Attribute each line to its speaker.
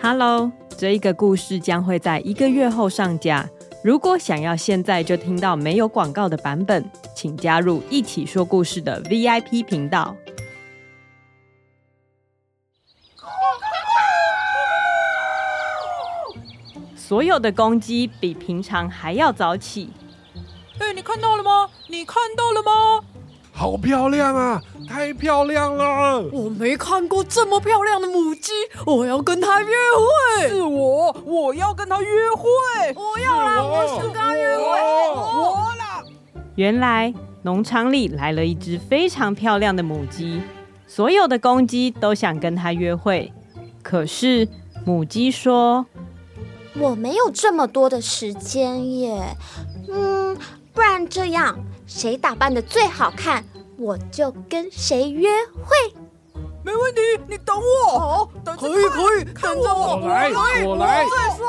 Speaker 1: Hello，这一个故事将会在一个月后上架。如果想要现在就听到没有广告的版本，请加入一起说故事的 VIP 频道。所有的公鸡比平常还要早起，
Speaker 2: 哎、你看到了吗？你看到了吗？
Speaker 3: 好漂亮啊！太漂亮了！
Speaker 2: 哦
Speaker 4: 我没看过这么漂亮的母鸡，我要跟它约会。
Speaker 2: 是我，我要跟他约会，
Speaker 4: 我要啦，我是跟它约会。
Speaker 2: 哦我啦！
Speaker 1: 原来农场里来了一只非常漂亮的母鸡，所有的公鸡都想跟它约会，可是母鸡说
Speaker 5: 我没有这么多的时间耶。嗯，不然这样，谁打扮的最好看，我就跟谁约会。
Speaker 2: 没问题，你等我。好，等着
Speaker 4: 可以可以，
Speaker 2: 看
Speaker 4: 等着
Speaker 2: 我
Speaker 4: 我。
Speaker 3: 我来，我来，
Speaker 2: 再说。